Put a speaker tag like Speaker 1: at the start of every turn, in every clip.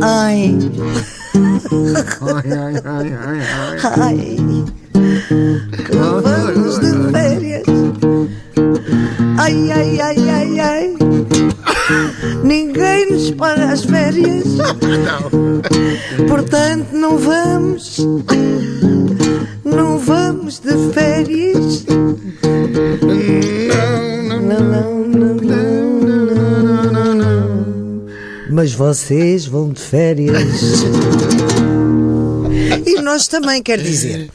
Speaker 1: Ai,
Speaker 2: Ai, ai, ai, ai, ai.
Speaker 1: ai,
Speaker 2: Ai,
Speaker 1: vamos
Speaker 2: ai,
Speaker 1: de
Speaker 2: ai.
Speaker 1: férias. Ai, ai, ai, ai, ai. Ninguém nos para as férias. Portanto, não vamos. Não vamos de férias.
Speaker 2: Não,
Speaker 1: Não,
Speaker 2: não,
Speaker 1: não, não, não.
Speaker 2: não, não, não.
Speaker 1: Mas vocês vão de férias. E nós também, quer dizer.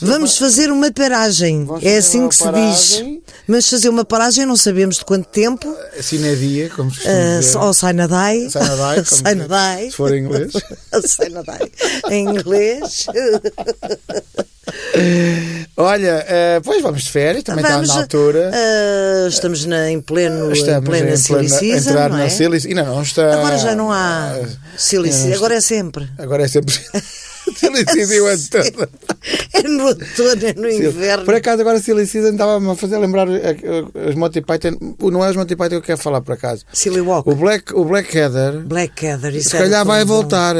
Speaker 1: Vamos fazer uma paragem.
Speaker 2: Vamos
Speaker 1: É
Speaker 2: fazer
Speaker 1: assim
Speaker 2: uma
Speaker 1: que se diz.
Speaker 2: paragem.
Speaker 1: Mas fazer uma paragem não sabemos de quanto tempo.
Speaker 2: Assim é dia, como se costuma
Speaker 1: Ah,
Speaker 2: dizer.
Speaker 1: ou sai na DAI.
Speaker 2: Sai na DAI, como
Speaker 1: Sai
Speaker 2: se-
Speaker 1: na DAI.
Speaker 2: se for em inglês.
Speaker 1: Sai na DAI. Em inglês.
Speaker 2: Olha, eh, pois vamos de férias, também
Speaker 1: Vamos,
Speaker 2: está na altura.
Speaker 1: ah, estamos na, em pleno, em
Speaker 2: Estamos
Speaker 1: plena
Speaker 2: em
Speaker 1: silly
Speaker 2: plena-
Speaker 1: season,
Speaker 2: entrar
Speaker 1: não
Speaker 2: na
Speaker 1: é?
Speaker 2: silly Ah, season. Ainda não está.
Speaker 1: Agora já não há silly season. Agora é sempre.
Speaker 2: Agora é sempre. silly season eu ando toda.
Speaker 1: É no outono, é no inverno.
Speaker 2: Por acaso, agora Silly Season estava-me a fazer lembrar eh, eh, os Monty Python. Não é os Monty Python que eu quero falar, por acaso.
Speaker 1: Silly Walk.
Speaker 2: O Black, o Black Heather,
Speaker 1: Blackadder, isso
Speaker 2: se
Speaker 1: era
Speaker 2: calhar
Speaker 1: tão
Speaker 2: vai
Speaker 1: bom.
Speaker 2: voltar.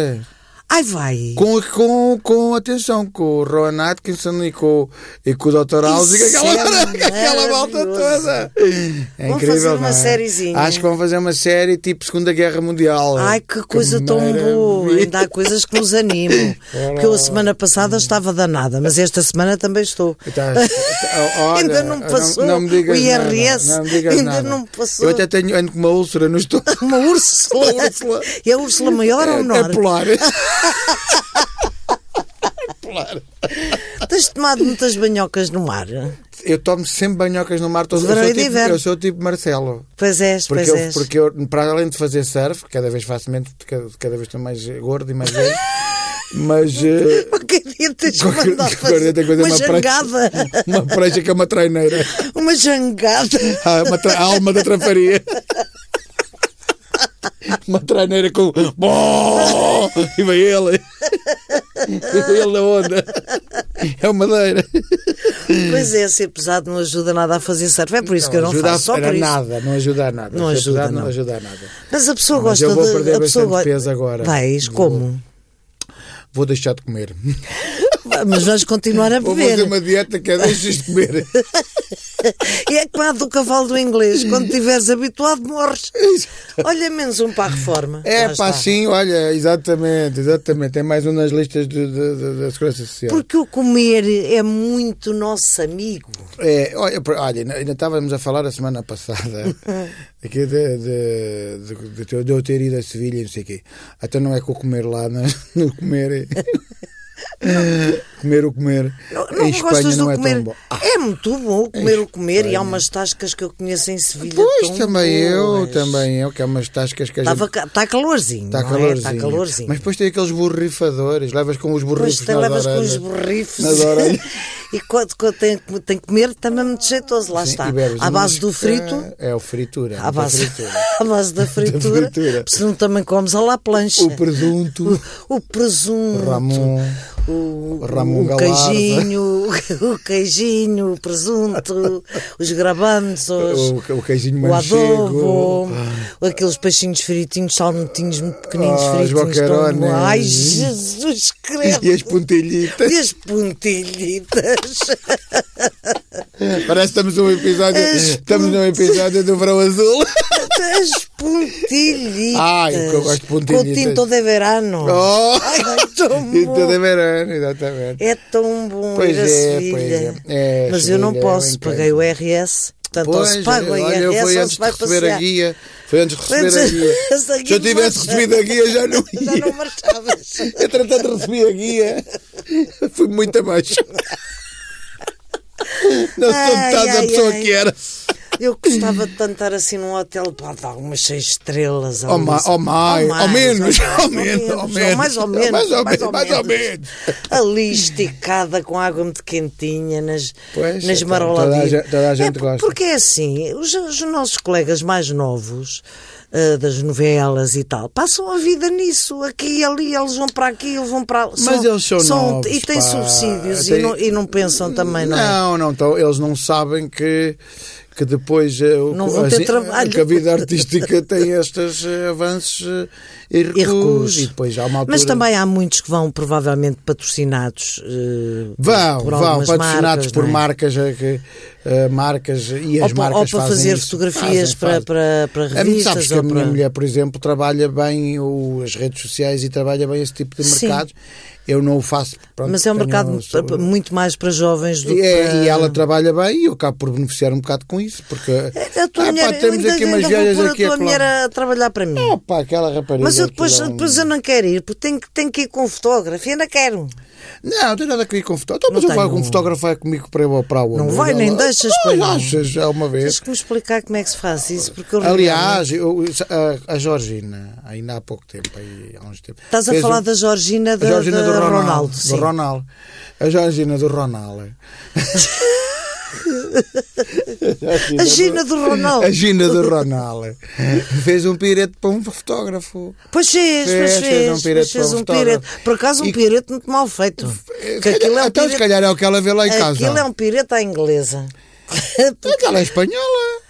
Speaker 1: Ai, vai.
Speaker 2: Com, com, com atenção, com o Rowan Atkinson e com, e com o Dr. House e
Speaker 1: Isso
Speaker 2: aquela,
Speaker 1: é
Speaker 2: aquela malta
Speaker 1: maravilhoso.
Speaker 2: toda. É
Speaker 1: Vão
Speaker 2: incrível,
Speaker 1: fazer uma
Speaker 2: não é?
Speaker 1: sériezinha.
Speaker 2: Acho que vão fazer uma série tipo Segunda Guerra Mundial.
Speaker 1: Ai, que coisa tão boa.
Speaker 2: maravilha.
Speaker 1: Ainda há coisas que nos animam. Porque eu a semana
Speaker 2: Hum.
Speaker 1: passada estava danada, mas esta semana também estou.
Speaker 2: Tá- tá- olha,
Speaker 1: Ainda não me passou
Speaker 2: não me digas
Speaker 1: o IRS,
Speaker 2: nada, não me digas
Speaker 1: ainda
Speaker 2: nada.
Speaker 1: não me passou.
Speaker 2: Eu até tenho ando com uma úlcera no estômago.
Speaker 1: Uma Úrsula.
Speaker 2: Uma Úrsula.
Speaker 1: E a Úrsula maior ou menor?
Speaker 2: É polar. É polar.
Speaker 1: Tens tomado muitas banhocas no mar.
Speaker 2: Eu tomo sempre banhocas no mar. Todo.
Speaker 1: verão e
Speaker 2: Eu, sou
Speaker 1: de
Speaker 2: tipo,
Speaker 1: inverno.
Speaker 2: eu sou tipo Marcelo.
Speaker 1: Pois és,
Speaker 2: Porque
Speaker 1: pois
Speaker 2: eu,
Speaker 1: és.
Speaker 2: porque eu, para além de fazer surf, cada vez faço menos, porque cada, cada vez estou mais gordo e mais velho, mas eh,
Speaker 1: Qualquer dia tens que
Speaker 2: qualquer-
Speaker 1: mandar
Speaker 2: qualquer
Speaker 1: fazer
Speaker 2: dia tenho que fazer
Speaker 1: uma
Speaker 2: uma prancha.
Speaker 1: jangada.
Speaker 2: uma prancha que é uma treineira,
Speaker 1: Uma jangada.
Speaker 2: Ah, uma tra- a alma da trafaria. Uma treineira com. Bom! E vem ele. E vem ele na onda. É uma madeira.
Speaker 1: Pois é, ser pesado não ajuda nada a fazer surf. É por isso que eu não
Speaker 2: ajuda
Speaker 1: faço,
Speaker 2: a,
Speaker 1: só
Speaker 2: era
Speaker 1: por isso.
Speaker 2: nada, não ajuda a nada.
Speaker 1: Não
Speaker 2: Se é
Speaker 1: ajuda,
Speaker 2: pesado,
Speaker 1: não.
Speaker 2: não ajuda a nada.
Speaker 1: Mas a pessoa
Speaker 2: Mas
Speaker 1: gosta
Speaker 2: eu vou
Speaker 1: de.
Speaker 2: perder
Speaker 1: a pessoa
Speaker 2: bastante peso agora.
Speaker 1: Vais,
Speaker 2: Vou.
Speaker 1: como?
Speaker 2: Vou deixar de comer.
Speaker 1: Mas vais continuar a
Speaker 2: Vou fazer
Speaker 1: beber.
Speaker 2: uma dieta que é deixas de comer.
Speaker 1: E é como a do cavalo do inglês. Quando estiveres habituado, morres. Olha, menos um para a reforma.
Speaker 2: É,
Speaker 1: Lá
Speaker 2: pá,
Speaker 1: está.
Speaker 2: sim, olha, exatamente, exatamente. É mais um nas listas de- de- de- da Segurança Social.
Speaker 1: Porque o comer é muito nosso amigo.
Speaker 2: É, olha, por- olha, ainda ainda estávamos a falar a semana passada aqui de, de, de- de ter- de eu ter ido a Sevilha e não sei o quê. Até não é com o comer lá, né? no comer. é. comer o comer.
Speaker 1: Não, não
Speaker 2: em
Speaker 1: gostas
Speaker 2: Espanha
Speaker 1: do
Speaker 2: não é
Speaker 1: comer.
Speaker 2: tão bom. Ah,
Speaker 1: É muito bom o comer o comer e há umas tascas que eu conheço em Sevilha.
Speaker 2: pois,
Speaker 1: tão
Speaker 2: também eu,
Speaker 1: boas.
Speaker 2: também eu, que há umas tascas que a gente
Speaker 1: Estava ca- Está calorzinho.
Speaker 2: Está
Speaker 1: não é?
Speaker 2: calorzinho.
Speaker 1: Está calorzinho.
Speaker 2: Mas depois tem aqueles borrifadores, levas com os
Speaker 1: Depois
Speaker 2: borrifos
Speaker 1: te
Speaker 2: nas
Speaker 1: levas com os
Speaker 2: orelhas.
Speaker 1: borrifes.
Speaker 2: Nas orelhas.
Speaker 1: e quando, quando tem, que- tem que comer, também muito jeitoso. Lá
Speaker 2: Sim,
Speaker 1: está.
Speaker 2: e bebes
Speaker 1: À base
Speaker 2: umas-
Speaker 1: do frito.
Speaker 2: É, é o fritura.
Speaker 1: À base,
Speaker 2: fritura.
Speaker 1: à base da fritura.
Speaker 2: fritura.
Speaker 1: Se não também comes a lá plancha.
Speaker 2: O presunto,
Speaker 1: O presunto.
Speaker 2: o Ramon.
Speaker 1: O,
Speaker 2: Ramon
Speaker 1: o
Speaker 2: Galarza.
Speaker 1: queijinho, o queijinho, o presunto, os
Speaker 2: O,
Speaker 1: grabanzos,
Speaker 2: o queijinho
Speaker 1: o
Speaker 2: manchego.
Speaker 1: adobo, aqueles peixinhos fritinhos, salmontinhos muito pequeninos,
Speaker 2: Ah, os
Speaker 1: fritinhos. tão
Speaker 2: boquerones.
Speaker 1: bons. Ai, Jesus Cristo!
Speaker 2: E as pontilhitas.
Speaker 1: E as pontilhitas.
Speaker 2: Parece que estamos num episódio,
Speaker 1: As
Speaker 2: estamos num episódio do Verão Azul.
Speaker 1: As pontilhitas.
Speaker 2: Ai, que eu gosto de pontilhitas.
Speaker 1: Com tinto de verano.
Speaker 2: Oh!
Speaker 1: Ai, é tão
Speaker 2: E tudo
Speaker 1: bom.
Speaker 2: é verano, exatamente.
Speaker 1: É tão bom
Speaker 2: Pois
Speaker 1: ir a
Speaker 2: é,
Speaker 1: Sevilha.
Speaker 2: pois é. É,
Speaker 1: Mas eu não
Speaker 2: Sevilha é um
Speaker 1: posso,
Speaker 2: encanto.
Speaker 1: paguei o RS. Portanto, ou então, se paga o
Speaker 2: olha, eu fui
Speaker 1: IRS ou
Speaker 2: antes
Speaker 1: se
Speaker 2: de
Speaker 1: vai
Speaker 2: receber a
Speaker 1: passear.
Speaker 2: guia. Foi antes de receber
Speaker 1: Antes-
Speaker 2: a guia.
Speaker 1: essa guia
Speaker 2: Se eu tivesse
Speaker 1: não-
Speaker 2: recebido a guia, já não
Speaker 1: Já
Speaker 2: ia.
Speaker 1: não marchavas.
Speaker 2: Entretanto, recebi a guia. Fui muito abaixo. Não sou
Speaker 1: Ai,
Speaker 2: metade da
Speaker 1: ai,
Speaker 2: pessoa
Speaker 1: ai.
Speaker 2: que era.
Speaker 1: Eu gostava de tanto estar assim num hotel pá, de algumas seis estrelas.
Speaker 2: Ou ma-
Speaker 1: ali,
Speaker 2: ou mais,
Speaker 1: ou
Speaker 2: ou menos,
Speaker 1: ou
Speaker 2: ou menos, ou menos.
Speaker 1: mais ou menos.
Speaker 2: Mais ou menos, mais ou menos.
Speaker 1: Ali esticada, com água muito quentinha, nas,
Speaker 2: Pois,
Speaker 1: nas
Speaker 2: então,
Speaker 1: maroladinhas.
Speaker 2: toda a gente- toda a
Speaker 1: É,
Speaker 2: gente
Speaker 1: por-
Speaker 2: gosta.
Speaker 1: Porque é assim, os, os nossos colegas mais novos, ah, das novelas e tal, passam a vida nisso, aqui e ali, eles vão para aqui, eles vão para...
Speaker 2: Mas eles são novos,
Speaker 1: E têm
Speaker 2: pá.
Speaker 1: subsídios e,
Speaker 2: Têm-
Speaker 1: não, e não pensam também, não é?
Speaker 2: Não, não, então, eles não sabem que, que depois eh, o-
Speaker 1: Não vão ter
Speaker 2: assim,
Speaker 1: trabalho.
Speaker 2: que a vida artística tem estes eh, avanços eh, e recuos. E,
Speaker 1: recuos.
Speaker 2: depois há uma altura...
Speaker 1: Mas também há muitos que vão provavelmente patrocinados eh,
Speaker 2: Vão,
Speaker 1: por
Speaker 2: vão,
Speaker 1: algumas
Speaker 2: patrocinados
Speaker 1: marcas,
Speaker 2: por
Speaker 1: não é?
Speaker 2: marcas, eh, que, eh, marcas e
Speaker 1: Ou
Speaker 2: as
Speaker 1: pa-
Speaker 2: marcas
Speaker 1: ou para
Speaker 2: fazem
Speaker 1: fazer
Speaker 2: isso.
Speaker 1: fotografias
Speaker 2: Fazem,
Speaker 1: para-
Speaker 2: fazem.
Speaker 1: para- para
Speaker 2: A mim, É Sabes
Speaker 1: revistas
Speaker 2: que a
Speaker 1: ou
Speaker 2: minha
Speaker 1: para-
Speaker 2: mulher, por exemplo, trabalha bem o- as redes sociais e trabalha bem esse tipo de
Speaker 1: Sim.
Speaker 2: mercados. Eu não o faço. pronto,
Speaker 1: Mas é um
Speaker 2: tenho-
Speaker 1: mercado
Speaker 2: sou-
Speaker 1: pa- muito mais para jovens do
Speaker 2: E,
Speaker 1: que para...
Speaker 2: é- e ela trabalha bem e eu acabo por beneficiar um bocado com isso, porque
Speaker 1: É, A tua
Speaker 2: Ah, pá,
Speaker 1: mulher, eu
Speaker 2: temos
Speaker 1: ainda,
Speaker 2: aqui umas
Speaker 1: ainda vou
Speaker 2: velhas
Speaker 1: pôr a
Speaker 2: aqui
Speaker 1: tua
Speaker 2: a
Speaker 1: mulher a trabalhar para mim.
Speaker 2: Oh, pá, aquela rapariga.
Speaker 1: Mas eu
Speaker 2: aquilo
Speaker 1: depois,
Speaker 2: é um-
Speaker 1: depois eu não quero ir, porque tenho, que- tenho que ir com fotógrafo. Eu não quero.
Speaker 2: Não, não tenho nada a ir com fotógrafo. Então, mas
Speaker 1: Não
Speaker 2: eu vou
Speaker 1: tenho- um-
Speaker 2: com fotógrafo vai comigo para o para onde?
Speaker 1: Não vai, nem
Speaker 2: Ela-
Speaker 1: deixas
Speaker 2: Ah,
Speaker 1: para lá.
Speaker 2: achas, já uma vez.
Speaker 1: Tens que me explicar como é que se faz isso, porque eu realmente-
Speaker 2: Aliás, eu- a, a Georgina, ainda há pouco tempo, aí, há uns tempos.
Speaker 1: Estás a
Speaker 2: fez
Speaker 1: falar
Speaker 2: um-
Speaker 1: da Georgina, da,
Speaker 2: a Georgina
Speaker 1: da
Speaker 2: do Ronaldo.
Speaker 1: Eh, Ronaldo,
Speaker 2: do
Speaker 1: sim.
Speaker 2: Ronaldo. A Georgina do Ronaldo.
Speaker 1: A Gina do Ronaldo.
Speaker 2: A Gina do Ronaldo. Fez um pirete para um fotógrafo.
Speaker 1: Pois fez,
Speaker 2: Fez,
Speaker 1: pois
Speaker 2: fez um
Speaker 1: fez.
Speaker 2: pirete
Speaker 1: Pois fez
Speaker 2: para um
Speaker 1: um pirete.
Speaker 2: fotógrafo.
Speaker 1: Por acaso, um
Speaker 2: E-
Speaker 1: pirete muito mal feito. Que aquilo
Speaker 2: Se
Speaker 1: é
Speaker 2: calhar-
Speaker 1: um
Speaker 2: então, se
Speaker 1: pirete,
Speaker 2: calhar é o que ela vê lá em casa.
Speaker 1: aquilo é um pirete à inglesa.
Speaker 2: Porque ela é espanhola.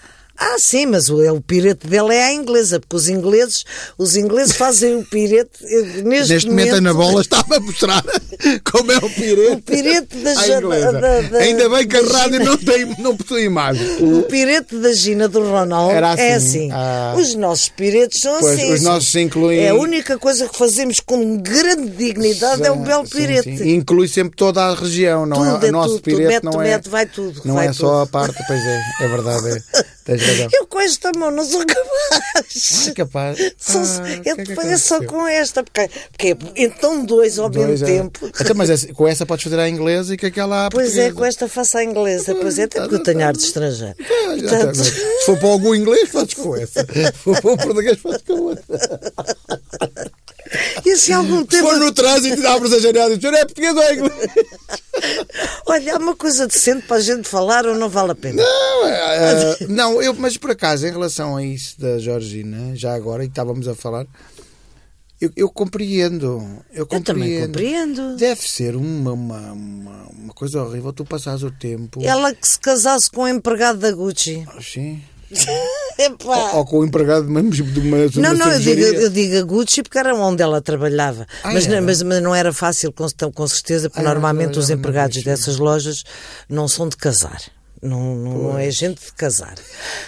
Speaker 1: Ah, sim, mas o, o pirete dela é à inglesa, porque os ingleses, os ingleses fazem o pirete eh, neste,
Speaker 2: Neste momento, é a Ana Bola estava a mostrar como é o pirete.
Speaker 1: O pirete da
Speaker 2: à
Speaker 1: Ja-
Speaker 2: inglesa.
Speaker 1: da- da-
Speaker 2: Ainda bem que a
Speaker 1: da
Speaker 2: rádio
Speaker 1: Gina.
Speaker 2: não, tem, não possui imagem.
Speaker 1: O pirete da Gina do Ronaldo
Speaker 2: Era assim,
Speaker 1: é assim.
Speaker 2: ah.
Speaker 1: Os nossos piretes são
Speaker 2: Pois,
Speaker 1: assim.
Speaker 2: os nossos se incluem-
Speaker 1: É a única coisa que fazemos com grande dignidade é um belo
Speaker 2: Sim,
Speaker 1: pirete.
Speaker 2: sim. E Inclui sempre toda a região, não
Speaker 1: Tudo é
Speaker 2: é? O nosso
Speaker 1: tudo,
Speaker 2: pirete
Speaker 1: mete,
Speaker 2: não é.
Speaker 1: mete, vai tudo,
Speaker 2: Não
Speaker 1: vai
Speaker 2: é só a
Speaker 1: tudo.
Speaker 2: parte, pois é, é verdade. é. Tens razão.
Speaker 1: Eu com esta mão não sou capaz.
Speaker 2: Ai, capaz.
Speaker 1: Só-
Speaker 2: Ah, o que
Speaker 1: eu
Speaker 2: é que
Speaker 1: depois é só
Speaker 2: aconteceu?
Speaker 1: com esta, porque, porque então dois ao
Speaker 2: Dois,
Speaker 1: mesmo
Speaker 2: é.
Speaker 1: tempo.
Speaker 2: Então, mas essa- com essa podes fazer à inglesa e com aquela à
Speaker 1: Pois é,
Speaker 2: portuguesa.
Speaker 1: com esta faça à inglesa,
Speaker 2: Então,
Speaker 1: pois
Speaker 2: tá,
Speaker 1: é, até porque eu tenho ar de estrangeiro.
Speaker 2: Ah, já
Speaker 1: Portanto,
Speaker 2: está bem. Se for para algum inglês, fazes com essa. Se for para o português, fazes com outra.
Speaker 1: e assim algum
Speaker 2: Se
Speaker 1: tempo.
Speaker 2: for no trânsito, abres a janela e dizes: é português ou é inglês?
Speaker 1: Olha, há uma coisa decente para a gente falar ou não vale a pena?
Speaker 2: Não, é, é, não, eu, mas por acaso, em relação a isso da Georgina, já agora, e estávamos a falar, eu, eu compreendo. Eu,
Speaker 1: Eu também
Speaker 2: compreendo.
Speaker 1: compreendo.
Speaker 2: Deve ser uma, uma, uma, uma coisa horrível tu passares o tempo.
Speaker 1: Ela que se casasse com o empregado da Gucci.
Speaker 2: Sim.
Speaker 1: Epá.
Speaker 2: Ou com o empregado mesmo de uma. de
Speaker 1: Não,
Speaker 2: uma
Speaker 1: não, eu digo,
Speaker 2: cervejaria.
Speaker 1: eu digo a Gucci porque era onde ela trabalhava.
Speaker 2: Ah,
Speaker 1: mas,
Speaker 2: era?
Speaker 1: não, mas- mas não era fácil, com, então, com certeza, porque
Speaker 2: Ah,
Speaker 1: normalmente
Speaker 2: era
Speaker 1: os
Speaker 2: uma
Speaker 1: empregados
Speaker 2: Gucci.
Speaker 1: dessas lojas não são de casar. Não, não, não é gente de casar.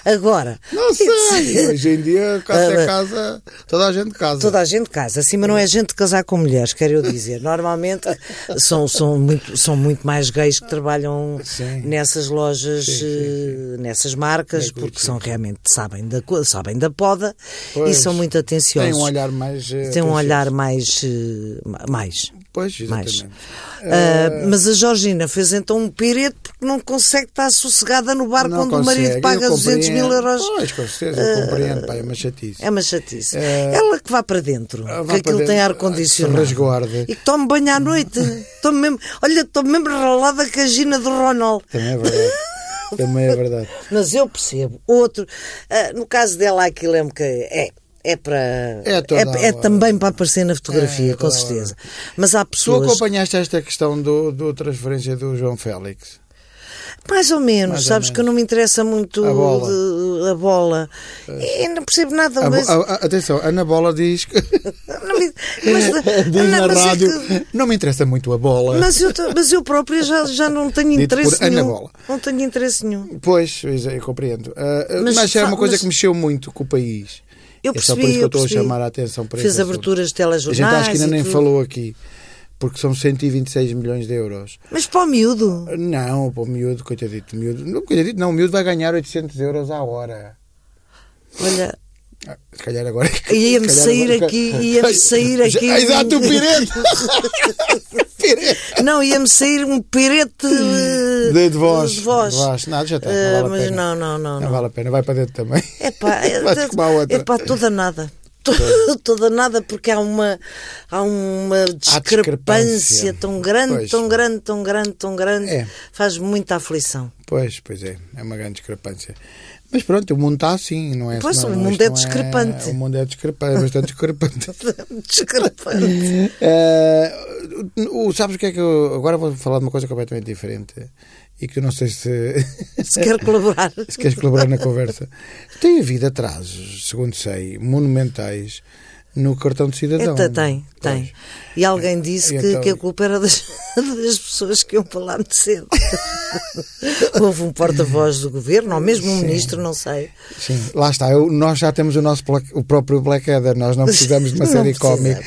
Speaker 1: Agora,
Speaker 2: Não sei. Hoje em dia, casa
Speaker 1: Ah,
Speaker 2: é casa, toda a gente casa.
Speaker 1: Toda a gente casa, assim, mas não é gente de casar com mulheres, quero eu dizer. Normalmente são, são, muito, são muito mais gays que trabalham
Speaker 2: Sim.
Speaker 1: nessas lojas,
Speaker 2: sim, É
Speaker 1: eh, nessas marcas, porque são realmente, sabem da, co- sabem da poda
Speaker 2: Pois.
Speaker 1: e são muito atenciosos.
Speaker 2: Tem um olhar mais. eh,
Speaker 1: Tem um
Speaker 2: atencioso.
Speaker 1: olhar mais. eh, ma- mais.
Speaker 2: Pois,
Speaker 1: mais.
Speaker 2: exatamente.
Speaker 1: Ah, mas a Georgina fez então um pirete porque não consegue estar sossegada no bar
Speaker 2: Não
Speaker 1: quando o marido
Speaker 2: consegue,
Speaker 1: paga
Speaker 2: eu
Speaker 1: 200 mil
Speaker 2: compreendo.
Speaker 1: euros.
Speaker 2: Pois, com certeza, eu compreendo, pá, é uma chatice.
Speaker 1: É uma chatice.
Speaker 2: É.
Speaker 1: Ela que vá para dentro,
Speaker 2: Ah, vá
Speaker 1: que
Speaker 2: para
Speaker 1: aquilo tem
Speaker 2: dentro,
Speaker 1: ar-condicionado.
Speaker 2: que se resguarde.
Speaker 1: E que tome banho à noite. Estou mesmo, olha, estou mesmo ralada com a Gina do Ronaldo.
Speaker 2: Também é verdade. Também é verdade.
Speaker 1: Mas eu percebo. Outro, ah, no caso dela, aquilo é um bocadinho. É. É para.
Speaker 2: É toda a
Speaker 1: é,
Speaker 2: hora.
Speaker 1: também para aparecer na fotografia,
Speaker 2: É
Speaker 1: com
Speaker 2: toda a
Speaker 1: certeza. Mas há
Speaker 2: Tu
Speaker 1: pessoas.
Speaker 2: acompanhaste esta questão do, do transferência do João Félix?
Speaker 1: Mais ou menos,
Speaker 2: Mais ou
Speaker 1: sabes
Speaker 2: menos.
Speaker 1: que eu não me interessa muito
Speaker 2: A bola.
Speaker 1: de- a bola. E não percebo nada,
Speaker 2: A bo-
Speaker 1: Ah, mas.
Speaker 2: a- a- atenção, a Ana Bola diz que.
Speaker 1: não me- mas-
Speaker 2: diz
Speaker 1: não,
Speaker 2: na
Speaker 1: mas é
Speaker 2: rádio.
Speaker 1: que-
Speaker 2: Não me interessa muito a bola.
Speaker 1: Mas eu, ta- mas eu própria já, já não tenho
Speaker 2: Dito
Speaker 1: interesse
Speaker 2: por Ana
Speaker 1: nenhum.
Speaker 2: Bola.
Speaker 1: Não tenho interesse nenhum.
Speaker 2: Pois, pois é, eu compreendo. Ah, ah,
Speaker 1: Mas
Speaker 2: mas, é
Speaker 1: fa-
Speaker 2: uma coisa
Speaker 1: mas-
Speaker 2: que mexeu muito com o país.
Speaker 1: Eu
Speaker 2: é só
Speaker 1: percebi,
Speaker 2: por isso que eu
Speaker 1: eu
Speaker 2: estou a
Speaker 1: percebi.
Speaker 2: chamar a atenção para
Speaker 1: Fez
Speaker 2: esse assunto.
Speaker 1: aberturas de
Speaker 2: A
Speaker 1: telejornais.
Speaker 2: gente acho que ainda
Speaker 1: e
Speaker 2: nem
Speaker 1: tudo.
Speaker 2: falou aqui, porque são 126 milhões de euros.
Speaker 1: Mas para o miúdo.
Speaker 2: Não, pô, miúdo, coitadito, miúdo. Não, coitadito, não, o miúdo vai ganhar 800 euros à hora.
Speaker 1: Olha,
Speaker 2: Ah, Se calhar agora.
Speaker 1: Ia-me
Speaker 2: se calhar
Speaker 1: sair
Speaker 2: agora-
Speaker 1: aqui, ia-me sair
Speaker 2: Já-
Speaker 1: aqui.
Speaker 2: Exato, o pirete! pirete!
Speaker 1: não, ia-me sair um pirete eh,
Speaker 2: De, de voz.
Speaker 1: de voz.
Speaker 2: De voz. Nada, já está. não
Speaker 1: Eh,
Speaker 2: vale a
Speaker 1: mas
Speaker 2: pena.
Speaker 1: não, não, não.
Speaker 2: Não,
Speaker 1: não.
Speaker 2: vale a pena, vai para dentro também.
Speaker 1: É pá, é,
Speaker 2: Vais tomar outra.
Speaker 1: é pá, toda nada. toda nada, porque há uma, há uma discrepância,
Speaker 2: discrepância.
Speaker 1: tão grande,
Speaker 2: Pois.
Speaker 1: tão grande, tão grande, tão grande.
Speaker 2: É.
Speaker 1: Faz muita aflição.
Speaker 2: Pois, pois é, é uma grande discrepância. Mas pronto, o mundo está assim, não é?
Speaker 1: Pois,
Speaker 2: Senão,
Speaker 1: o mundo
Speaker 2: isto
Speaker 1: é
Speaker 2: não
Speaker 1: discrepante.
Speaker 2: o mundo é discrepante, é bastante discrepante.
Speaker 1: Discrepante.
Speaker 2: Eh, o, o- sabes o que é que eu. Agora vou falar de uma coisa completamente diferente e que eu não sei se,
Speaker 1: Se quer colaborar.
Speaker 2: se queres colaborar na conversa. Tem havido atrasos, segundo sei, monumentais no cartão de cidadão.
Speaker 1: Eita, tem, tem. E alguém disse
Speaker 2: um. E
Speaker 1: que,
Speaker 2: então-
Speaker 1: que a culpa era das, das pessoas que iam para lá muito cedo. Houve um porta-voz do governo, ou mesmo um
Speaker 2: Sim.
Speaker 1: ministro, não sei.
Speaker 2: Sim, lá está. Eu- nós já temos o nosso Black- o próprio Black Blackadder. Nós não precisamos de uma
Speaker 1: Não
Speaker 2: série
Speaker 1: precisamos.
Speaker 2: cómica,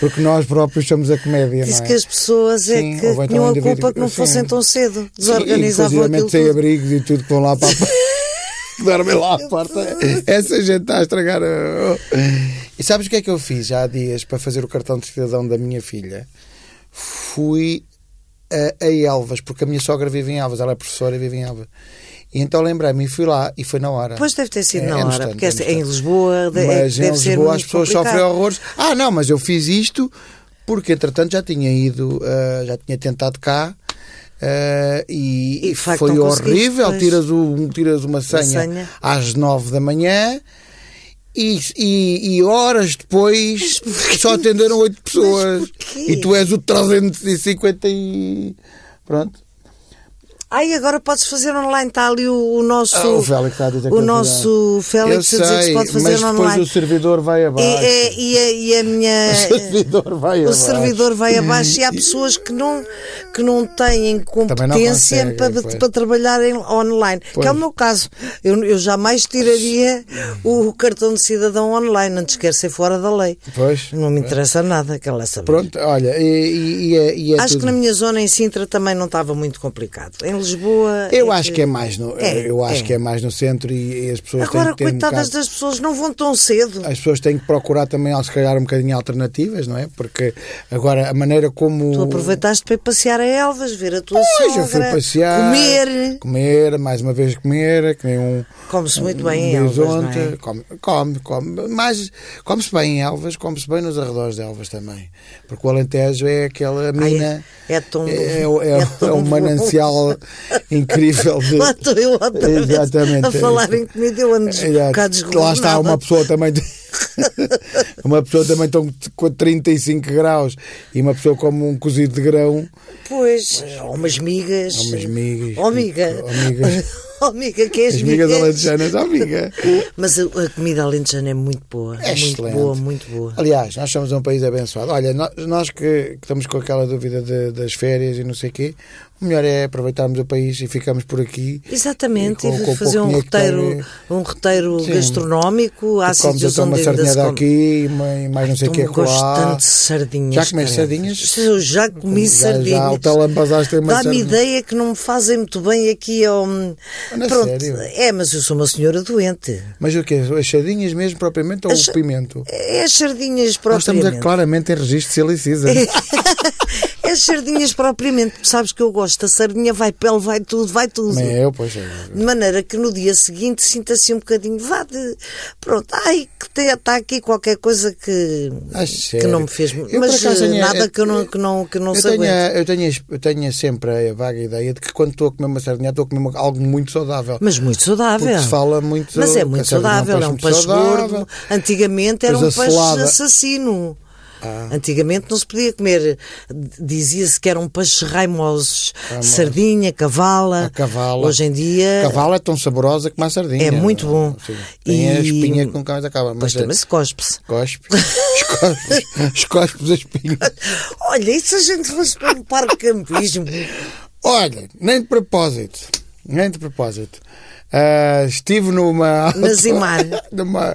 Speaker 2: porque nós próprios somos a comédia.
Speaker 1: Disse
Speaker 2: não é?
Speaker 1: que as pessoas
Speaker 2: Sim,
Speaker 1: é
Speaker 2: ou
Speaker 1: que
Speaker 2: então
Speaker 1: tinham
Speaker 2: um
Speaker 1: a
Speaker 2: indivíduo-
Speaker 1: culpa que não
Speaker 2: sim.
Speaker 1: fossem tão cedo,
Speaker 2: E,
Speaker 1: desorganizavam aquilo
Speaker 2: inclusivamente, sem
Speaker 1: tudo.
Speaker 2: abrigos e tudo que vão lá para a que dormem lá à porta. Essa gente está a estragar. uh, o- E sabes o que é que eu fiz já há dias para fazer o cartão de cidadão da minha filha? Fui a, a Elvas, porque a minha sogra vive em Elvas, ela é professora e vive em Elvas. E então lembrei-me e fui lá e foi na hora.
Speaker 1: Pois deve ter sido
Speaker 2: É,
Speaker 1: na
Speaker 2: é no
Speaker 1: hora,
Speaker 2: instante,
Speaker 1: porque
Speaker 2: é no
Speaker 1: esta- em
Speaker 2: instante.
Speaker 1: Lisboa de- é que
Speaker 2: Mas em
Speaker 1: deve ser
Speaker 2: Lisboa as
Speaker 1: muito
Speaker 2: pessoas sofrem
Speaker 1: complicado.
Speaker 2: horrores. Ah, não, mas eu fiz isto porque, entretanto, já tinha ido, ah, já tinha tentado cá. ah,
Speaker 1: E,
Speaker 2: e, e
Speaker 1: de facto,
Speaker 2: foi
Speaker 1: não conseguiste,
Speaker 2: horrível.
Speaker 1: pois.
Speaker 2: Tiras, o- tiras uma senha,
Speaker 1: senha.
Speaker 2: às nove da manhã e, e- e horas depois só atenderam oito pessoas.
Speaker 1: porquê?
Speaker 2: E tu és o 350 e. Pronto.
Speaker 1: Ai, agora podes fazer online, está ali o, o nosso.
Speaker 2: Ah, o Félix está a dizer que
Speaker 1: o
Speaker 2: é
Speaker 1: nosso
Speaker 2: Eu
Speaker 1: Félix a dizer que se
Speaker 2: sei,
Speaker 1: pode
Speaker 2: mas
Speaker 1: fazer
Speaker 2: depois
Speaker 1: online.
Speaker 2: o servidor vai
Speaker 1: E,
Speaker 2: abaixo.
Speaker 1: é- e a, e a minha.
Speaker 2: O servidor vai
Speaker 1: O
Speaker 2: abaixo.
Speaker 1: servidor vai abaixo e há pessoas que não, que não têm competência
Speaker 2: conseguem,
Speaker 1: para,
Speaker 2: pois.
Speaker 1: para trabalhar em- online.
Speaker 2: Pois.
Speaker 1: Que é o meu caso. Eu, eu jamais tiraria o cartão de cidadão online, antes quer ser é fora da lei.
Speaker 2: Pois.
Speaker 1: Não me interessa nada que ela é saber.
Speaker 2: Pronto, olha, e, e- e é, e é
Speaker 1: Acho
Speaker 2: tudo.
Speaker 1: que na minha zona em Sintra também não estava muito complicado. Em Lisboa.
Speaker 2: Eu acho que é mais no,
Speaker 1: É,
Speaker 2: eu acho
Speaker 1: é.
Speaker 2: que é mais no centro e, e as pessoas
Speaker 1: Agora,
Speaker 2: têm que ter um
Speaker 1: coitadas
Speaker 2: bocado-
Speaker 1: das pessoas, não vão tão cedo.
Speaker 2: as pessoas têm que procurar também, se calhar, um bocadinho alternativas, não é? Porque agora a maneira como
Speaker 1: Tu aproveitaste para ir passear a Elvas, ver a tua
Speaker 2: Pois,
Speaker 1: sogra,
Speaker 2: eu fui passear,
Speaker 1: comer.
Speaker 2: comer, mais uma vez comer, que nem um
Speaker 1: Come-se muito bem
Speaker 2: um
Speaker 1: em Elvas,
Speaker 2: bisonte.
Speaker 1: não é?
Speaker 2: come, come, come, mas come-se bem em Elvas, come-se bem nos arredores de Elvas também, porque o Alentejo é
Speaker 1: Ai,
Speaker 2: aquela mina,
Speaker 1: é, é tão
Speaker 2: é, é,
Speaker 1: bom,
Speaker 2: é- é
Speaker 1: tão
Speaker 2: um
Speaker 1: bom.
Speaker 2: manancial incrível de,
Speaker 1: Lá estou eu outra vez
Speaker 2: Exatamente. é
Speaker 1: a falar em comida, eu ando um
Speaker 2: Exato.
Speaker 1: bocado
Speaker 2: é, Lá está
Speaker 1: desgovernada.
Speaker 2: uma pessoa também. uma pessoa também tão com 35 graus e uma pessoa como um cozido de grão.
Speaker 1: Pois, ou umas migas.
Speaker 2: Há umas migas.
Speaker 1: Ou miga.
Speaker 2: Ou migas.
Speaker 1: Ou miga, que és
Speaker 2: As migas
Speaker 1: migas.
Speaker 2: alentejanas, ó miga.
Speaker 1: Mas a, a comida alentejana é muito boa.
Speaker 2: É
Speaker 1: muito
Speaker 2: excelente.
Speaker 1: boa, muito boa.
Speaker 2: Aliás, nós somos um país abençoado. Olha, nós, nós que, que estamos com aquela dúvida de- das férias e não sei o quê, o melhor é aproveitarmos o país e ficamos por aqui.
Speaker 1: Exatamente,
Speaker 2: E com-
Speaker 1: e
Speaker 2: com
Speaker 1: fazer um
Speaker 2: pouco dinheiro que
Speaker 1: roteiro, um roteiro
Speaker 2: Sim.
Speaker 1: gastronómico, há
Speaker 2: Comes
Speaker 1: sítios
Speaker 2: até uma
Speaker 1: onde ainda
Speaker 2: sardinha
Speaker 1: se come.
Speaker 2: daqui e mais e mais não sei o
Speaker 1: Então,
Speaker 2: que é
Speaker 1: eu gosto tanto de sardinhas.
Speaker 2: Já comeste
Speaker 1: caramba.
Speaker 2: sardinhas?
Speaker 1: Eu já comi
Speaker 2: Já- já
Speaker 1: sardinhas.
Speaker 2: autolambazaste uma
Speaker 1: Dá-me
Speaker 2: sardinha.
Speaker 1: ideia que não me fazem muito bem aqui ao.
Speaker 2: Não é
Speaker 1: Pronto,
Speaker 2: sério?
Speaker 1: é, mas eu sou uma senhora doente.
Speaker 2: Mas o quê? As sardinhas mesmo, propriamente, ou
Speaker 1: As-
Speaker 2: o pimento?
Speaker 1: É as sardinhas
Speaker 2: Nós estamos a-
Speaker 1: propriamente.
Speaker 2: claramente em registro de Silly Season.
Speaker 1: É as sardinhas propriamente. Sabes que eu gosto. A sardinha vai pele, vai tudo, vai tudo.
Speaker 2: Não é eu, pois é.
Speaker 1: De maneira que no dia seguinte sinta-se um bocadinho vá de. Pronto, ai, que está aqui qualquer coisa que,
Speaker 2: Ah,
Speaker 1: que
Speaker 2: sério?
Speaker 1: não me fez.
Speaker 2: Eu, por
Speaker 1: mas
Speaker 2: acaso,
Speaker 1: eh,
Speaker 2: tenho-
Speaker 1: nada
Speaker 2: eu-
Speaker 1: que eu não, que não, que não
Speaker 2: Eu
Speaker 1: se
Speaker 2: tenho, é,
Speaker 1: aguente.
Speaker 2: eu, tenho, eu tenho sempre a vaga ideia de que quando estou a comer uma sardinha, estou a comer uma- algo muito saudável.
Speaker 1: Mas muito
Speaker 2: Porque
Speaker 1: saudável.
Speaker 2: se fala muito.
Speaker 1: Mas
Speaker 2: que
Speaker 1: é
Speaker 2: a
Speaker 1: muito
Speaker 2: sardinha
Speaker 1: saudável, é um peixe
Speaker 2: muito saudável.
Speaker 1: gordo. Antigamente era um
Speaker 2: Pois Ah. a
Speaker 1: peixe
Speaker 2: selada.
Speaker 1: assassino. Antigamente não se podia comer. D- Dizia-se que eram peixes raimosos. Sardinha, cavala.
Speaker 2: A cavala.
Speaker 1: Hoje em dia.
Speaker 2: A cavala é tão saborosa como a sardinha.
Speaker 1: É muito bom.
Speaker 2: Sim. Tem
Speaker 1: E-
Speaker 2: a espinha que nunca mais acaba. Mas é.
Speaker 1: Pois também se cospe-se.
Speaker 2: Cospe, cospe, cospe a espinha.
Speaker 1: Olha, e se a gente fosse para um parque de campismo?
Speaker 2: Olha, nem de propósito, nem de propósito. Ah, estive numa.
Speaker 1: Na Zimar.
Speaker 2: numa,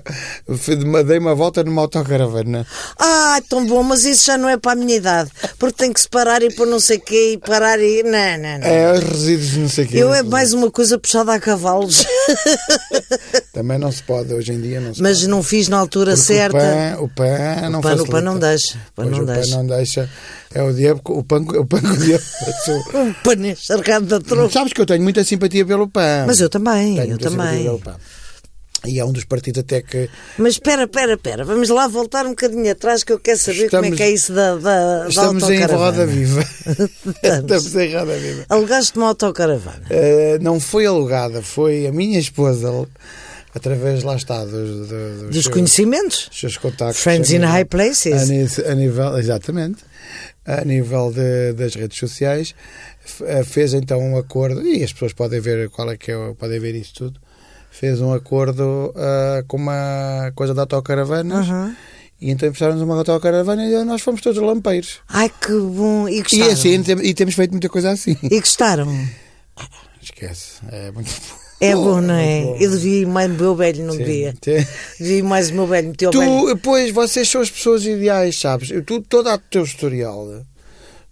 Speaker 2: fui de uma- dei uma volta numa autocaravana.
Speaker 1: Ah, tão bom, mas isso já não é para a minha idade. Porque tem que se parar e pôr não sei quê e parar e. Não, não, não.
Speaker 2: É, os resíduos de não sei o quê.
Speaker 1: Eu é mais uma coisa puxada a cavalos.
Speaker 2: Também não se pode, hoje em dia não se
Speaker 1: Mas
Speaker 2: pode.
Speaker 1: não fiz na altura
Speaker 2: Porque
Speaker 1: certa.
Speaker 2: O pão, o pão não
Speaker 1: O pão-
Speaker 2: facilita.
Speaker 1: o pão não deixa, o pão
Speaker 2: Pois,
Speaker 1: não
Speaker 2: o pão
Speaker 1: deixa.
Speaker 2: não deixa. É o diabo, que- o pão, o pão que o diabo passou.
Speaker 1: Um pano encharcado da tronca.
Speaker 2: Sabes que eu tenho muita simpatia pelo pão.
Speaker 1: Mas eu também,
Speaker 2: Tenho
Speaker 1: eu
Speaker 2: muita simpatia
Speaker 1: também.
Speaker 2: pelo pão. E é um dos partidos até que.
Speaker 1: Mas espera, espera, espera, vamos lá voltar um bocadinho atrás que eu quero saber
Speaker 2: Estamos-
Speaker 1: como é que é isso da, da,
Speaker 2: Estamos
Speaker 1: da
Speaker 2: em
Speaker 1: autocaravana.
Speaker 2: roda viva.
Speaker 1: Estamos.
Speaker 2: Estamos em roda viva.
Speaker 1: Alegaste uma autocaravana.
Speaker 2: Uh, não foi alugada, foi a minha esposa, através, lá está, dos, do- dos
Speaker 1: Dos
Speaker 2: seus-
Speaker 1: conhecimentos?
Speaker 2: dos seus contactos.
Speaker 1: Friends
Speaker 2: a
Speaker 1: in
Speaker 2: nível-
Speaker 1: high places.
Speaker 2: A, ni- a nível, exatamente. A nível de- das redes sociais, f- eh, fez então um acordo, e as pessoas podem ver qual é que é, o- podem ver isso tudo. Fez um acordo ah, com uma coisa de autocaravanas.
Speaker 1: Uhum.
Speaker 2: E então emprestaram-nos uma autocaravana e nós fomos todos lampeiros.
Speaker 1: Ai que bom! E
Speaker 2: E,
Speaker 1: gostaram?
Speaker 2: assim, tem- e temos feito muita coisa assim.
Speaker 1: E gostaram?
Speaker 2: Esquece. É muito
Speaker 1: É bom, não é?
Speaker 2: muito bom.
Speaker 1: Eu devia ir mais o meu velho, não
Speaker 2: Sim,
Speaker 1: devia.
Speaker 2: tem-
Speaker 1: Devia ir mais o meu velho, meteu o velho.
Speaker 2: Tu, pois, vocês são as pessoas ideais, sabes? Tu, todo o teu historial,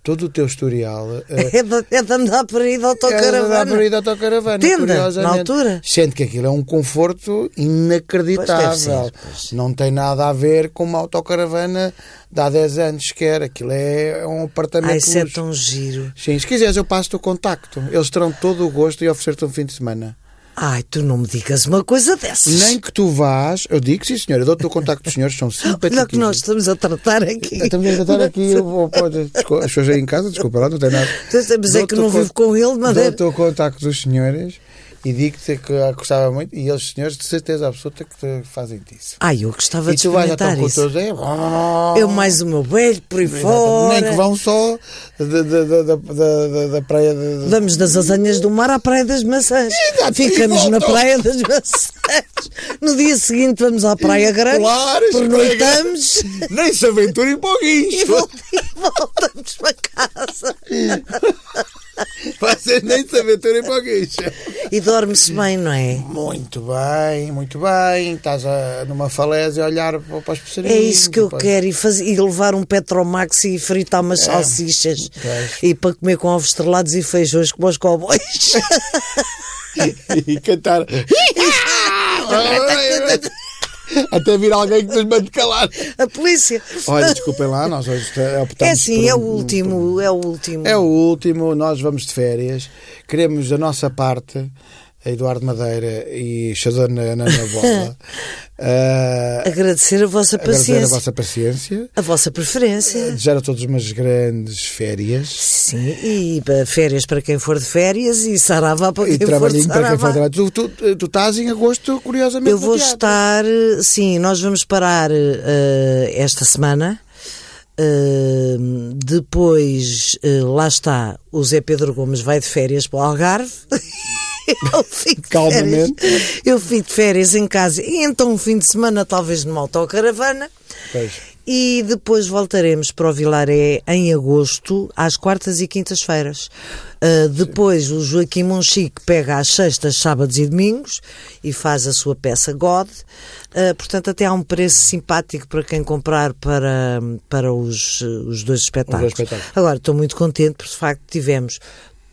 Speaker 2: todo o teu historial. eh,
Speaker 1: É de, é de andar por aí de
Speaker 2: era da
Speaker 1: autocaravana.
Speaker 2: abrir da autocaravana,
Speaker 1: Tenda,
Speaker 2: curiosamente.
Speaker 1: na altura.
Speaker 2: Sente que aquilo é um conforto inacreditável.
Speaker 1: Pois deve ser, pois.
Speaker 2: Não tem nada a ver com uma autocaravana de há 10 anos sequer. Aquilo é um apartamento.
Speaker 1: Ai, isso é
Speaker 2: luxo.
Speaker 1: tão giro.
Speaker 2: Sim, se quiseres, eu passo-te o contacto. Eles terão todo o gosto e oferecer-te um fim de semana.
Speaker 1: Ai, tu não me digas uma coisa dessas.
Speaker 2: Nem que tu vás, eu digo, sim, senhora, eu dou-te o contacto dos senhores, são
Speaker 1: Olha o é que nós
Speaker 2: simpaticísimos.
Speaker 1: estamos a tratar aqui.
Speaker 2: Estamos a tratar aqui, eu vou- pode- desculpa, as pessoas aí em casa, desculpa lá, não tem nada.
Speaker 1: Mas é que
Speaker 2: Dou-te o
Speaker 1: não vivo com ele, mas é-
Speaker 2: Dou-te o contacto dos senhores e digo-te que a gostava muito, e eles, senhores, de certeza absoluta que te fazem isso.
Speaker 1: Ai, eu gostava
Speaker 2: E
Speaker 1: de
Speaker 2: tu vais já
Speaker 1: experimentar
Speaker 2: tão com
Speaker 1: isso.
Speaker 2: todos aí.
Speaker 1: Eu mais o meu velho, por aí fora.
Speaker 2: Nem que vão só da, da, da, da, da, da praia de,
Speaker 1: Vamos das azanhas do mar à Praia das Maçãs.
Speaker 2: Exato,
Speaker 1: Ficamos
Speaker 2: e
Speaker 1: na
Speaker 2: voltam.
Speaker 1: Praia das Maçãs. No dia seguinte vamos à Praia Grande.
Speaker 2: Claro,
Speaker 1: pernoitamos
Speaker 2: Nem se aventurem para o
Speaker 1: e
Speaker 2: guincho.
Speaker 1: vol- e voltamos para casa.
Speaker 2: Vocês nem se aventurem para o guincho.
Speaker 1: E dorme-se bem, não é?
Speaker 2: Muito bem, muito bem. Estás a, numa falésia a olhar pa- para as pessoas.
Speaker 1: É isso que eu quero. E, faz- e levar um Petromax e fritar umas salsichas.
Speaker 2: É. pois.
Speaker 1: E para comer com ovos estrelados e feijões como os cowboys.
Speaker 2: E cantar. Até vir alguém que nos mande calar.
Speaker 1: A polícia.
Speaker 2: Olha, desculpem lá, nós hoje optamos.
Speaker 1: é sim,
Speaker 2: por
Speaker 1: é o
Speaker 2: um-
Speaker 1: último. É o último.
Speaker 2: É o último, nós vamos de férias, queremos da nossa parte, Eduardo Madeira e Shazana Ana Bola, eh,
Speaker 1: Agradecer a vossa
Speaker 2: agradecer a
Speaker 1: paciência.
Speaker 2: vossa paciência,
Speaker 1: A vossa preferência.
Speaker 2: desejar a todos umas grandes férias
Speaker 1: Sim, e pa- férias para quem for de férias e saravá para quem
Speaker 2: e
Speaker 1: for de
Speaker 2: trabalhinho para
Speaker 1: saravá.
Speaker 2: quem for trabalhar. Tu, tu, tu estás em agosto, curiosamente.
Speaker 1: Eu
Speaker 2: no
Speaker 1: vou
Speaker 2: teatro.
Speaker 1: estar, eh, sim, nós vamos parar eh, esta semana. Eh, depois, eh, lá está, o Zé Pedro Gomes vai de férias para o Algarve. Eu fico, de férias,
Speaker 2: Calmamente.
Speaker 1: eu fico de férias em casa e então um fim de semana talvez numa autocaravana
Speaker 2: Pois.
Speaker 1: e depois voltaremos para o Vilaré em agosto, às quartas e quintas-feiras. Ah, depois o Joaquim Monchique pega às sextas, sábados e domingos e faz a sua peça God. Ah, portanto, até há um preço simpático para quem comprar para, para os, eh, os dois espetáculos.
Speaker 2: espetáculos.
Speaker 1: Agora, estou muito contente porque, de facto, tivemos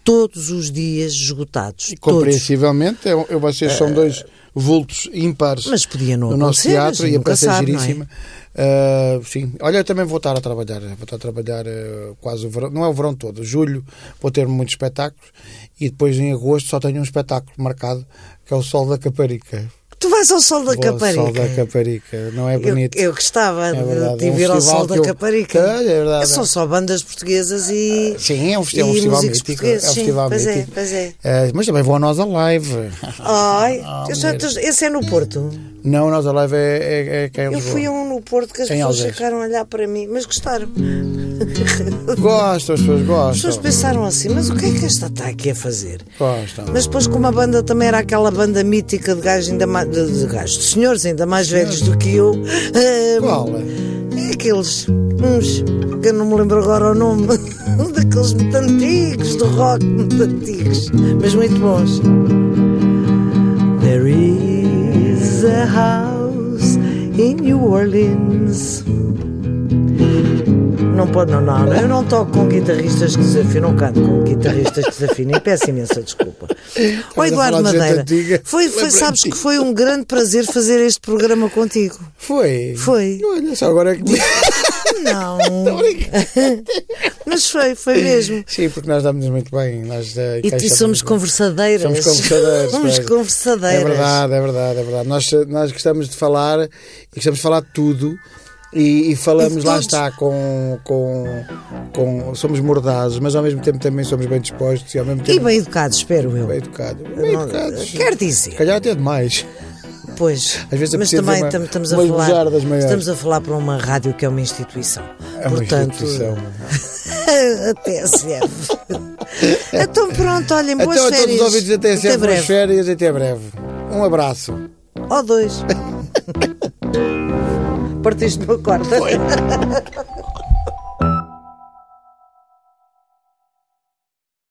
Speaker 1: todos os dias esgotados.
Speaker 2: E
Speaker 1: Todos.
Speaker 2: compreensivelmente, eu, eu- vocês são um dois vultos ímpares
Speaker 1: É. Mas podia não
Speaker 2: no nosso
Speaker 1: acontecer,
Speaker 2: teatro
Speaker 1: mas
Speaker 2: e a
Speaker 1: nunca
Speaker 2: peça é
Speaker 1: sabe, não é?
Speaker 2: giríssima. Ah, sim, olha, eu também vou estar a trabalhar, vou estar a trabalhar ah, quase o verão, não é o verão todo, julho vou ter muitos espetáculos e depois em agosto só tenho um espetáculo marcado que é o Sol da Caparica.
Speaker 1: Tu vais ao Sol da
Speaker 2: Vou ao Sol
Speaker 1: Caparica.
Speaker 2: da Caparica, não é
Speaker 1: Eu,
Speaker 2: bonito?
Speaker 1: eu gostava
Speaker 2: verdade,
Speaker 1: de te
Speaker 2: é um
Speaker 1: ver ao
Speaker 2: festival
Speaker 1: sol da
Speaker 2: que eu-
Speaker 1: Caparica.
Speaker 2: É, é verdade.
Speaker 1: São só bandas portuguesas e.
Speaker 2: Sim, é um, festi- é um
Speaker 1: e
Speaker 2: festival
Speaker 1: músicos
Speaker 2: mítico. É um
Speaker 1: portugueses, sim,
Speaker 2: festival
Speaker 1: pois
Speaker 2: mítico.
Speaker 1: é, pois é.
Speaker 2: Ah, mas também vou a nós a live.
Speaker 1: Ai,
Speaker 2: Ah,
Speaker 1: eu já-
Speaker 2: mulher.
Speaker 1: esse é no Porto.
Speaker 2: Não, nós a live é, é, é cá em
Speaker 1: Eu
Speaker 2: Lisboa.
Speaker 1: fui a um no Porto que as
Speaker 2: Em
Speaker 1: pessoas
Speaker 2: Algés. Hum,
Speaker 1: ficaram a olhar para mim, mas gostaram.
Speaker 2: Gostam, as
Speaker 1: As
Speaker 2: pessoas
Speaker 1: pessoas
Speaker 2: gostam.
Speaker 1: pensaram assim, mas o que é que esta está aqui a fazer?
Speaker 2: Gostam.
Speaker 1: Mas depois, como a banda também era aquela banda mítica de gajos ainda mais. de, de gajos, de senhores ainda mais velhos do que eu. ah,
Speaker 2: Qual?
Speaker 1: É aqueles, uns, que eu não me lembro agora o nome, daqueles muito antigos, do rock muito antigos, mas muito bons. There is a house in New Orleans. Não pode, não, não, não. Eu não toco com guitarristas que desafinam, não canto com guitarristas que desafinam e peço imensa desculpa. O
Speaker 2: a
Speaker 1: Eduardo
Speaker 2: falar de gente
Speaker 1: Madeira,
Speaker 2: antiga.
Speaker 1: foi, foi,
Speaker 2: Lembrei-me
Speaker 1: sabes
Speaker 2: de
Speaker 1: que foi um grande prazer fazer este programa contigo.
Speaker 2: Foi.
Speaker 1: Foi.
Speaker 2: Olha, só agora é que.
Speaker 1: Não. Mas foi, foi mesmo.
Speaker 2: Sim, porque nós damos muito bem. Nós, eh,
Speaker 1: E, e
Speaker 2: encaixamos
Speaker 1: somos
Speaker 2: bem.
Speaker 1: conversadeiras.
Speaker 2: Somos conversadeiras,
Speaker 1: Somos
Speaker 2: pois.
Speaker 1: conversadeiras.
Speaker 2: É verdade, é verdade, é verdade. Nós, nós gostamos de falar e gostamos de falar de tudo. E, e
Speaker 1: E
Speaker 2: falamos,
Speaker 1: de
Speaker 2: lá
Speaker 1: todos.
Speaker 2: está, com, com, com. Somos mordazes, mas ao mesmo tempo também somos bem dispostos e ao mesmo
Speaker 1: E
Speaker 2: tempo.
Speaker 1: bem educados, espero eu.
Speaker 2: Bem educados. Bem
Speaker 1: Não-
Speaker 2: educados.
Speaker 1: Quer
Speaker 2: Se
Speaker 1: dizer,
Speaker 2: calhar até demais.
Speaker 1: pois.
Speaker 2: Às vezes é
Speaker 1: mas
Speaker 2: preciso
Speaker 1: também
Speaker 2: uma-
Speaker 1: tam- estamos, a
Speaker 2: umas
Speaker 1: falar,
Speaker 2: bujardas maiores.
Speaker 1: estamos a falar para uma rádio que é uma instituição.
Speaker 2: É uma
Speaker 1: Portanto,
Speaker 2: instituição.
Speaker 1: a TSF. então pronto, olhem, boas
Speaker 2: então, a todos
Speaker 1: férias.
Speaker 2: os ouvintes da TSF,
Speaker 1: Até
Speaker 2: boas
Speaker 1: breve.
Speaker 2: férias e até breve. Um abraço.
Speaker 1: Ou dois. Partiste uma corda.